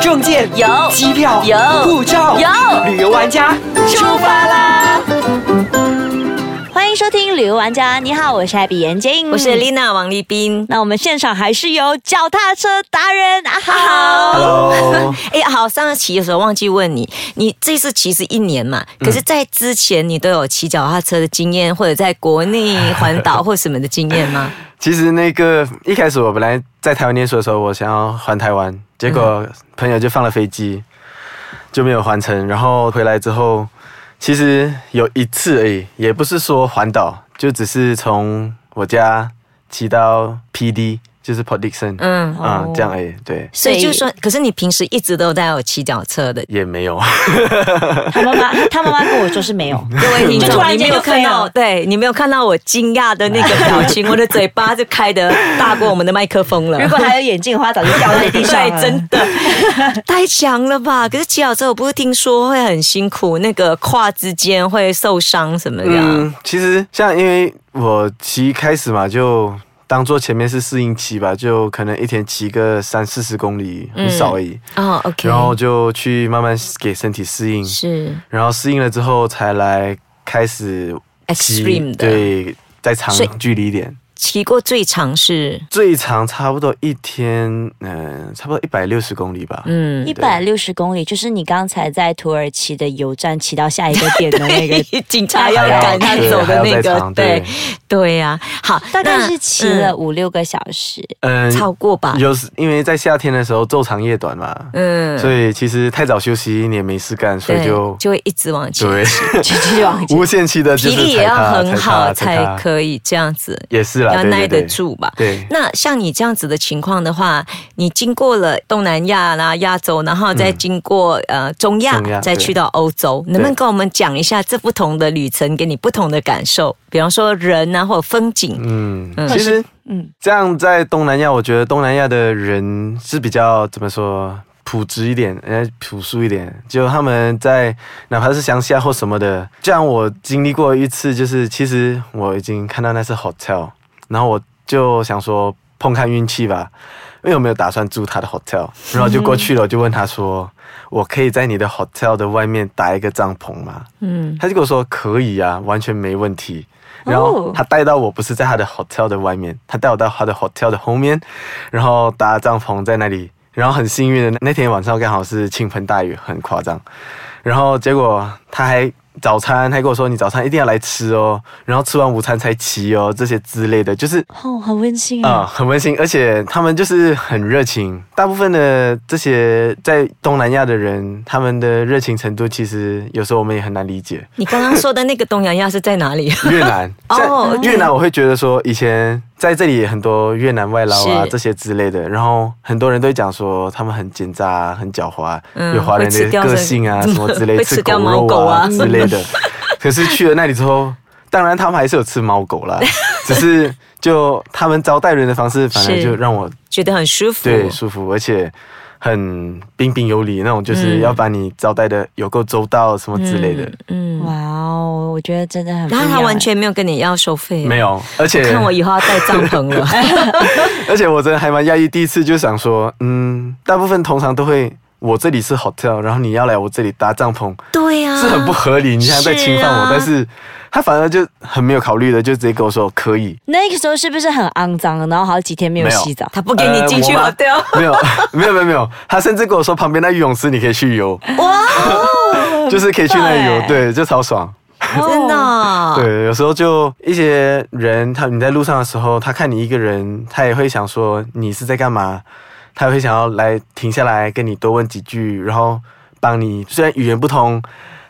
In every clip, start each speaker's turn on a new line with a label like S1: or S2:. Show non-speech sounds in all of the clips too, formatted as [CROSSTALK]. S1: 证件
S2: 有
S1: 机票
S2: 有
S1: 护照
S2: 有
S1: 旅游玩家出发啦！
S2: 欢迎收听《旅游玩家》，你好，我是艾比眼镜，
S3: 我是。丽娜王立斌。
S2: 那我们现场还是有脚踏车达人阿豪。
S1: 哦，
S3: 啊哎，好，上次骑的时候忘记问你，你这次骑是一年嘛？可是，在之前你都有骑脚踏车的经验，或者在国内环岛或什么的经验吗？
S4: [LAUGHS] 其实那个一开始我本来在台湾念书的时候，我想要环台湾，结果朋友就放了飞机，就没有环成。然后回来之后，其实有一次而已，也不是说环岛，就只是从我家骑到 PD，就是 Port Dickson，嗯
S3: 嗯，
S4: 啊、这样而已，对，。
S3: 所以
S2: 所
S3: 就
S2: 以
S3: 说，可是你平时一直都在有骑脚车的
S4: 也没有，
S2: 他妈妈，他妈妈跟我说是没有。
S3: 各位听
S2: 就突
S3: 众，
S2: 然
S3: 你没
S2: 间就
S3: 有看
S2: 飞
S3: 到
S2: 了，
S3: 对你没有看到我惊讶的那个表情，我的嘴巴就开的大过我们的麦克风了。
S2: [LAUGHS] 如果还有眼镜的话，早就掉在地 [LAUGHS] 上了。
S3: 对，真的 [LAUGHS] 太强了吧！可是骑脚车，我不是听说会很辛苦，那个胯之间会受伤什么的啊、
S4: 嗯，其实像因为我骑开始嘛，就当做前面是适应期吧，就可能一天骑个三四十公里，很少而已。
S3: 哦，OK，
S4: 然后就去慢慢给身体适应，
S3: 是
S4: 然后适应了之后才来开始骑
S3: Extreme 的
S4: 对，再长
S3: 所以
S4: 距离一点。
S3: 骑过最长是
S4: 最长差不多一天，嗯、差不多一百六十公里吧。
S3: 嗯 [LAUGHS]
S2: 一百六十公里，就是你刚才在土耳其的油站骑到下一个点的那 [LAUGHS] 个，
S3: 警察要赶他走的那
S4: 还要再
S3: 个
S4: 长，
S3: 对
S4: 对
S3: 对呀、好，
S2: 大概
S3: 那
S2: 是骑了五六个小时。
S4: 嗯，
S3: 超过吧，
S4: 有时因为在夏天的时候昼长夜短嘛，
S3: 嗯，
S4: 所以其实太早休息你也没事干，所以
S3: 对
S4: 就
S3: 就会一直往前，
S4: 对，
S2: 继续往前。
S4: 无限期的就
S3: 体
S4: 是
S3: 力也
S4: 踩
S3: 要
S4: 踏
S3: 很
S4: 踩踏
S3: 好
S4: 踩踏
S3: 才可以这样子，
S4: 也是啦，
S3: 要
S4: 对
S3: 耐得。
S4: 对对
S3: 住吧。
S4: 对
S3: 那像你这样子的情况的话，你经过了东南亚啦、亚洲，然后再经过、呃中亚，
S4: 嗯中亚
S3: 再去到欧洲，能不能跟我们讲一下这不同的旅程给你不同的感受？比方说人啊，或者风景，
S4: 嗯
S3: 嗯，
S4: 其实，
S2: 嗯
S4: 嗯，这样在东南亚，我觉得东南亚的人是比较怎么说，朴质一点，呃，朴素一点。就他们在哪怕是乡下或什么的，这样我经历过一次，就是其实我已经看到那是 hotel，然后我就想说碰看运气吧，因为我没有打算住他的 hotel，然后就过去了，我就问他说。我可以在你的 hotel 的外面搭一个帐篷吗？
S3: 嗯，
S4: 他就跟我说可以啊，完全没问题。
S2: 哦
S4: 然后他带到我不是在他的 hotel 的外面，他带我到他的 hotel 的后面，然后搭帐篷在那里。然后很幸运的那天晚上刚好是倾盆大雨，很夸张。然后结果他还早餐还跟我说你早餐一定要来吃哦，然后吃完午餐才骑哦，这些之类的，就是
S2: 哦，好温馨
S3: 嗯
S4: 啊、
S2: 啊！
S4: 很温馨，而且他们就是很热情。大部分的这些在东南亚的人，他们的热情程度其实有时候我们也很难理解。
S3: 你刚刚说的那个东南亚是在哪里？
S4: 越南
S3: 哦
S4: 在
S3: OK
S4: 越南我会觉得说，以前在这里也很多越南外劳啊
S3: 是
S4: 这些之类的，然后很多人都会讲说他们很奸诈、啊、很狡猾啊，
S3: 嗯
S4: 有华人
S3: 会吃
S4: 的
S3: 掉
S4: 个性啊
S3: 这
S4: 什么之类，
S3: 会吃
S4: 吃
S3: 掉
S4: 狗
S3: 猫
S4: 肉
S3: 狗啊
S4: 啊之类的。可是去了那里之后，当然他们还是有吃猫狗
S3: [LAUGHS]
S4: 啦，只是就他们招待人的方式，反而
S3: 是
S4: 就让我
S3: 觉得很舒服，
S4: 对舒服，而且。很彬彬有礼那种，就是
S3: 嗯
S4: 要把你招待的有够周到什么之类的，
S3: 嗯。
S2: 哇哦，我觉得真的很不一
S3: 然
S2: 样。
S3: 后他完全没有跟你要收费，啊
S4: 没。有，而且
S3: 看我以后要带帐篷了，
S4: [LAUGHS] 而且我真的还蛮讶异，第一次就想说，嗯，大部分通常都会，我这里是 hotel，然后你要来我这里搭帐篷，
S3: 对呀、啊，
S4: 是很不合理，你像在侵犯我，
S3: 是啊
S4: 但是他反而就很没有考虑的，就直接跟我说可以，
S2: 那个时候是不是很肮脏？然后好几天没有
S4: 没有
S2: 洗澡。
S3: 他不给你进去
S4: 呃我妈
S3: hotel，、
S4: [LAUGHS] 没有，没有，没有，没有，他甚至跟我说旁边那游泳池你可以去游，
S3: 哦
S4: 哇， [LAUGHS] 就是可以去那里
S3: 欸
S4: 游，对，就超爽。
S3: 真的
S2: 啊
S3: 哦、
S4: 对，有时候就一些人，他你在路上的时候，他看你一个人，他也会想说你是在干嘛，他也会想要来停下来跟你多问几句，然后帮你。虽然语言不通，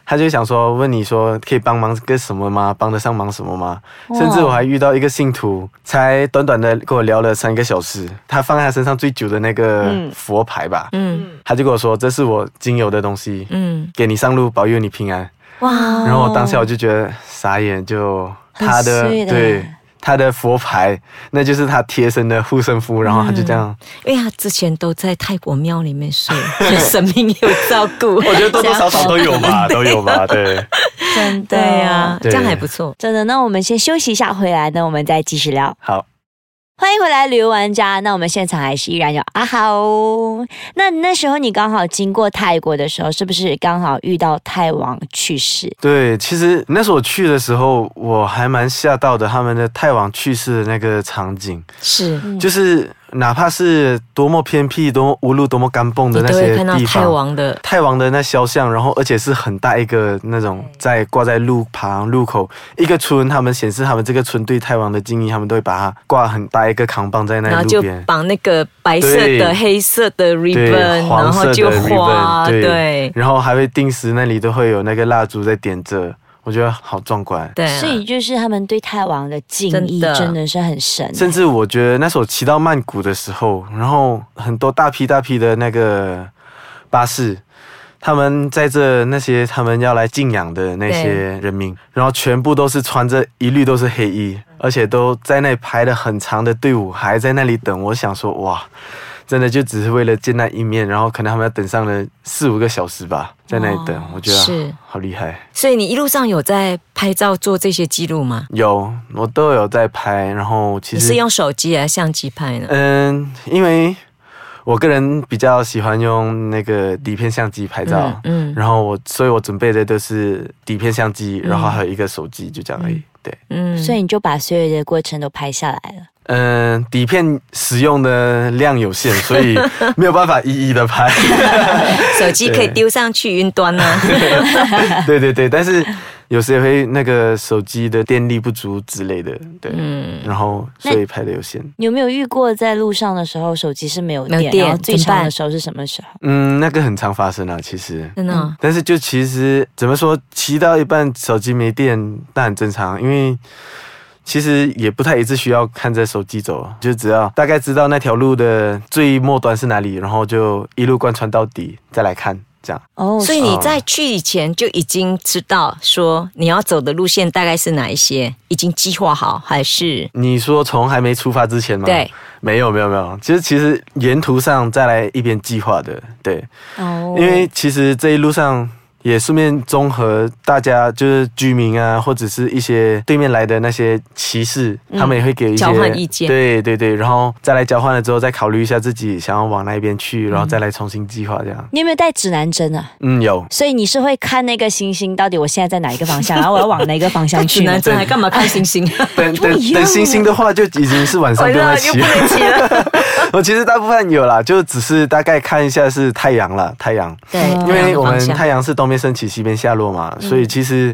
S4: 他就会想说问你说可以帮忙个什么吗？帮得上忙什么吗？甚至我还遇到一个信徒，才短短的跟我聊了三个小时，他放在他身上最久的那个
S2: 嗯
S4: 佛牌吧，
S3: 嗯
S4: 他就跟我说这是我仅有的东西，
S3: 嗯，
S4: 给你上路，保佑你平安。
S3: 哇，
S4: 然后我当
S2: 哦
S4: 下我就觉得傻眼，就
S2: 很
S4: 他哦的
S2: sweet 欸
S4: 对他的佛牌，那就是他贴身的护身符，然后他就这样，
S3: 因为他之前都在泰国庙里面
S4: [LAUGHS]
S3: 睡，对神明有照顾，
S4: 我觉得多多少少都有 [LAUGHS] 吧，都有吧， [LAUGHS] 对。
S2: 真的
S3: 对呀、啊，这
S4: 对
S3: 样还不错。
S2: 真的。那我们先休息一下，回来呢，我们再继续聊。
S4: 好，
S2: 欢迎回来，旅游玩家。那我们现场还是依然有阿豪哦。那那时候你刚好经过泰国的时候，是不是刚好遇到泰王去世？
S4: 对，其实那时候我去的时候，我还蛮吓到的，他们的泰王去世的那个场景，
S3: 是，
S4: 嗯就是哪怕是多么偏僻、多么无路、多么干蹦的
S3: 你
S4: 那
S3: 都
S4: 些
S3: 会看到
S4: 地
S3: 泰
S4: 方。
S3: 王的，
S4: 泰王的那肖像，然后而且是很大一个那种在挂在路旁路口一个村，他们显示他们这个村对泰王的敬意，他们都会把它挂很大一个扛棒在
S3: 然
S4: 那
S3: 后
S4: 路
S3: 就
S4: 边。
S3: 绑那个白色的、
S4: 对
S3: 黑色的 ribbon，
S4: 对，
S3: 然
S4: 黄色
S3: 后
S4: 的
S3: 就
S4: ribbon，
S3: 花，
S4: 对，
S3: 对
S4: 然后还会定时那里都会有那个蜡烛在点着，我觉得好壮观。
S3: 对啊
S2: 所以就是他们对泰王的敬
S3: 真
S2: 意
S3: 的
S2: 真的是很深。
S4: 甚至我觉得那时候骑到曼谷的时候，然后很多大批大批的那个巴士，他们载着那些他们要来敬仰的那些人民，然后全部都是穿着一律都是黑衣，而且都在那里排了很长的队伍，还在那里等。我想说，哇，真的就只是为了见那一面，然后可能他们要等上了四五个小时吧，在那里等
S2: 哇，
S4: 我觉得
S3: 是
S4: 好厉害。
S3: 所以你一路上有在拍照做这些记录吗？
S4: 有，我都有在拍，然后其
S3: 你
S4: 实
S3: 是用手机还是相机拍呢？
S4: 嗯，因为我个人比较喜欢用那个底片相机拍照，
S3: 嗯
S4: 然后我，所以我准备的都是底片相机，然后还有一个手机，就这样而已。对，
S3: 嗯
S2: 所以你就把所有的过程都拍下来了。
S4: 嗯，底片使用的量有限，所
S3: [LAUGHS]
S4: 以没有办法一一的拍。
S3: 手机可以
S4: 对
S3: 丢上去云端啊呢、
S4: [LAUGHS] 对对对，但是有时也会那个手机的电力不足之类的，对，
S3: 嗯，
S4: 然后所以拍的有限。
S2: 你有没有遇过在路上的时候手机是没有
S3: 没
S2: 电？
S3: 有电
S2: 然后最
S3: 怎么
S2: 长
S3: 办
S2: 的时候是什么时候？
S4: 嗯，那个很常发生啊，其实。
S3: 真的哦、
S4: 但是就其实怎么说，骑到一半手机没电，那很正常，因为其实也不太一直需要看着手机走，就只要大概知道那条路的最末端是哪里，然后就一路贯穿到底，再来看这样。
S2: 哦，
S3: 所以你
S4: 啊
S3: 在去以前就已经知道说你要走的路线大概是哪一些，已经计划好还是？
S4: 你说从还没出发之前吗？
S3: 对，
S4: 没有没有没有，其实其实沿途上再来一边计划的，对，
S2: 哦
S4: 因为其实这一路上也顺便综合大家就是居民啊，或者是一些对面来的那些骑士，他们也会给一些
S3: 交换意见
S4: 对对对，然后再来交换了之后，再考虑一下自己想要往哪一边去，然后再来重新计划这样。
S2: 你有没有带指南针啊？
S4: 嗯，有。
S2: 所以你是会看那个星星，到底我现在在哪一个
S3: [LAUGHS]
S2: 方向，然后我要往哪一个方向
S3: 指
S2: 去吗？
S3: 南针还干嘛看星
S4: [LAUGHS]
S3: 星？
S4: 等等
S3: 啊
S4: 等星星的话，就已经是晚上
S3: 完
S4: 不用再
S3: 了哎又
S4: 骑
S3: 不
S4: 了。
S3: 能骑
S4: [LAUGHS]
S3: 了。
S4: 我其实大部分有啦，就只是大概看一下是太阳啦，太阳。
S3: 对，
S4: 因为我
S3: 嗯
S4: 们
S3: 方向嗯
S4: 太阳是东边升起，西边下落嘛，所以其实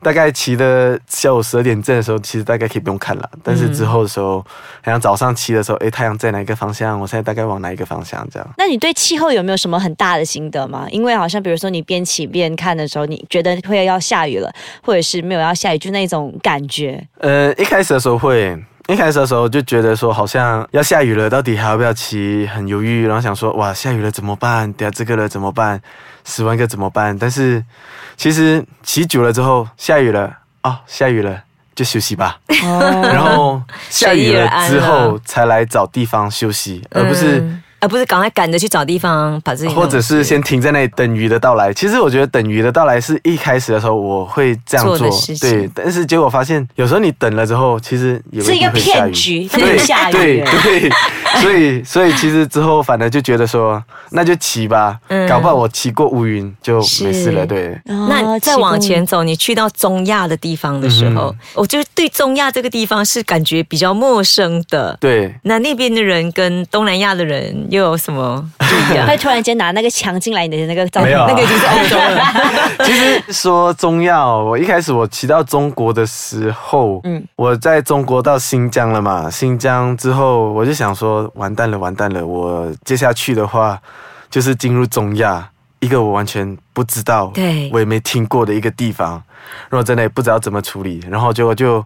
S4: 大概骑的下午十二点正的时候，其实大概可以不用看了。但是
S3: 嗯
S4: 之后的时候，好像早上骑的时候，诶，太阳在哪一个方向？我现在大概往哪一个方向？这样。
S2: 那你对气候有没有什么很大的心得吗？因为好像比如说你边骑边看的时候，你觉得会要下雨了，或者是没有要下雨，就那种感觉。
S4: 呃，一开始的时候会。一开始的时候就觉得说好像要下雨了，到底还要不要骑，很犹豫，然后想说哇下雨了怎么办？等下这个了怎么办？十万个怎么办？但是其实骑久了之后，下雨了啊、下雨了就休息吧。
S2: 哦，
S4: 然后下雨了哎
S3: 随
S4: 之
S3: 遇而安
S4: 后
S3: 了
S4: 才来找地方休息，呃而不是
S3: 嗯而不是赶快赶着去找地方把自己弄
S4: 或者是先停在那里等雨的到来。其实我觉得等雨的到来是一开始的时候我会这样
S3: 做的
S4: 做
S3: 事，情
S4: 对，但是结果发现有时候你等了之后，其实也未
S2: 是一个
S4: 必会下
S2: 骗
S4: 雨
S2: 局，它没
S4: 对
S2: 有下雨
S4: 对
S2: 了。
S4: 对， [LAUGHS] 所以所以其实之后反而就觉得说，那就骑吧，
S3: 嗯
S4: 搞不好我骑过乌云就没事
S3: 是
S4: 了，对。
S2: 哦
S3: 那你再往，
S2: 气
S3: 前走，你去到中亚的地方的时候，
S4: 嗯
S3: 我就对中亚这个地方是感觉比较陌生的。
S4: 对，
S3: 那那边的人跟东南亚的人又有什么不一
S4: [LAUGHS]
S2: 功
S3: 样？
S2: 会突然间拿那个枪进来你的那个照片，
S4: 没有啊
S2: 那个已经是欧洲了。
S4: [LAUGHS] 其实说中药，我一开始我骑到中国的时候，
S2: 嗯
S4: 嗯，我在中国到新疆了嘛，新疆之后我就想说，完蛋了，完蛋了，我接下去的话就是进入中亚，一个我完全不知道，
S3: 对
S4: 我也没听过的一个地方，然后真的也不知道怎么处理，然后结果就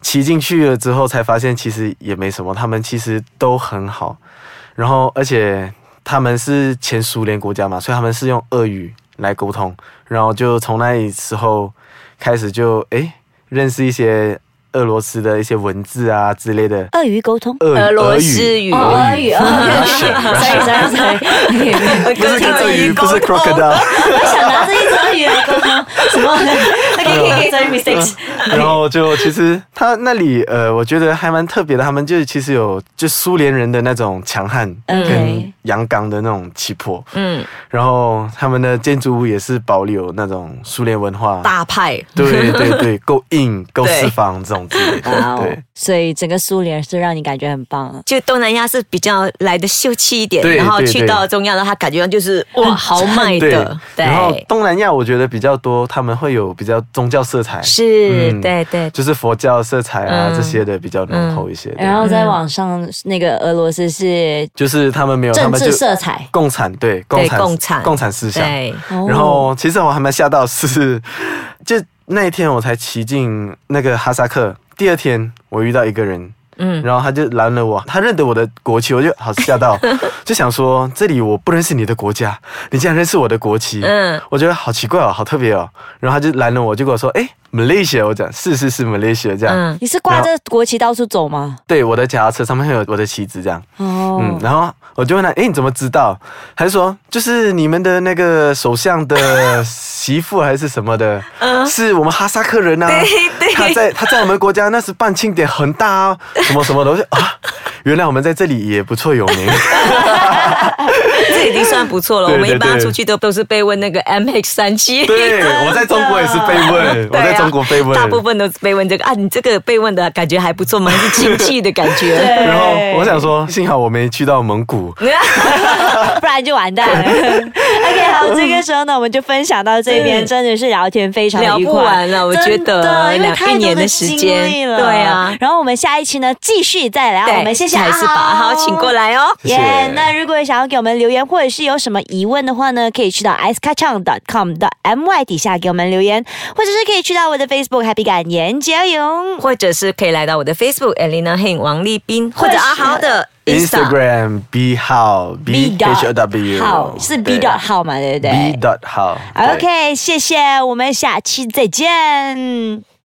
S4: 骑进去了之后才发现，其实也没什么，他们其实都很好，然后而且他们是前苏联国家嘛，所以他们是用俄语来沟通，然后就从那里时候开始就诶认识一些俄罗斯的一些文字啊之类的。
S2: 鳄鱼沟通，哦
S4: 俄
S3: 俄罗斯语
S4: 俄哦 [LAUGHS]
S2: [LAUGHS] 哦，鳄鱼，鳄鱼，sorry sorry sorry，
S4: 不是跟中鱼不是 crocodile，
S2: 我想拿着一只鱼来沟通，什么
S3: [LAUGHS]
S2: ？OK，可以可以，sorry
S4: 啊
S2: mistakes。
S4: 然后就其实他那里呃，我觉得还蛮特别的，他们就是其实有就苏联人的那种强悍
S2: 嗯
S4: 跟阳刚的那种气魄，
S3: 嗯，
S4: 然后他们的建筑物也是保留那种苏联文化，
S3: 大派。
S4: 对对对，够硬够
S3: 对
S4: 四方这种之类
S2: 哇
S4: 的，
S2: 哦
S4: 对。！
S2: 所以整个苏联是让你感觉很棒。啊
S3: 就东南亚是比较来的秀气一点，
S4: 对
S3: 然后
S4: 对
S3: 去
S4: 对
S3: 到中亚的，他感觉上就是哇豪迈的，对，
S4: 然后东南亚我觉得比较多，他们会有比较宗教色彩，
S3: 是，
S4: 嗯
S3: 对对
S4: 就是佛教色彩啊、
S3: 嗯
S4: 这些的比较浓厚一些。对
S2: 嗯然后在网上那个俄罗斯是
S4: 就是他们没有他
S2: 政
S4: 们
S2: 治
S4: 就
S2: 色彩，
S4: 共产对共产
S3: 共产
S4: 共产思想。
S3: 对，
S2: 哦
S4: 然后其实我还蛮吓到是， [LAUGHS] 就那一天我才骑进那个哈萨克，第二天我遇到一个人。
S3: 嗯
S4: 然后他就拦了我，他认得我的国旗，我就好
S3: [LAUGHS]
S4: 吓到，就想说这里我不认识你的国家，你竟然认识我的国旗，
S3: 嗯
S4: 我觉得好奇怪哦，好特别哦。然后他就拦了我，就跟我说：“哎，Malaysia。”我讲：“是是是，Malaysia。”这样，
S3: 嗯
S2: 你是挂着国旗到处走吗？
S4: 对，我的脚踏车上面会有我的旗子这样。
S2: 哦，
S4: 嗯，然后我就问他：“哎，你怎么知道？”他就说：“就是你们的那个首相的媳妇还是什么的，是我们哈萨克人啊。他在他在我们国家那时办庆典很大啊，什么什么的。” [LAUGHS] 我就啊，原来我们在这里也不错有名。
S3: 这已经算不错了。
S4: 对
S3: 我们一
S4: 对
S3: 般
S4: 对
S3: 出去都都是被问那个 MH 三七。
S4: 对，我在中国也是被问，我
S3: 对啊
S4: 在中国被问。
S3: 大部分都是被问这个啊，你这个被问的感觉还不错嘛，蛮是亲戚的感
S4: [LAUGHS]
S3: 觉。
S2: 对
S4: 然后我想说，幸好我没去到蒙古。
S2: [LAUGHS] 不然
S3: [LAUGHS]
S2: 就完蛋了。OK，好，这个时候呢，我们就分享到这边，
S3: 嗯
S2: 真的是聊天非常的愉
S3: 聊
S2: 快
S3: 不完了我觉得
S2: 真的因为
S3: 两
S2: 太
S3: 一
S2: 多
S3: 年
S2: 的
S3: 的时间
S2: 经历了
S3: 对啊
S2: 然后我们下一期呢继续再啊聊，我们谢谢
S3: 还是把好请过。来哦。
S4: 谢谢
S2: 耶啊那如果想要给我们留言，或者是有什么疑问的话呢，可以去到 i c e c a c h a n g c o m 的 my 底下给我们留言，或者是可以去到我的 Facebook Happy 感言交勇。
S3: 或者是可以来到我的 Facebook Elena Heng 王立斌，或者阿豪的 Instagram。
S4: Instagram B 号 B H O W
S2: 好是 B
S4: 对
S2: dot 号嘛，对不对
S4: B dot 号对
S2: OK，谢谢，我们下期再见。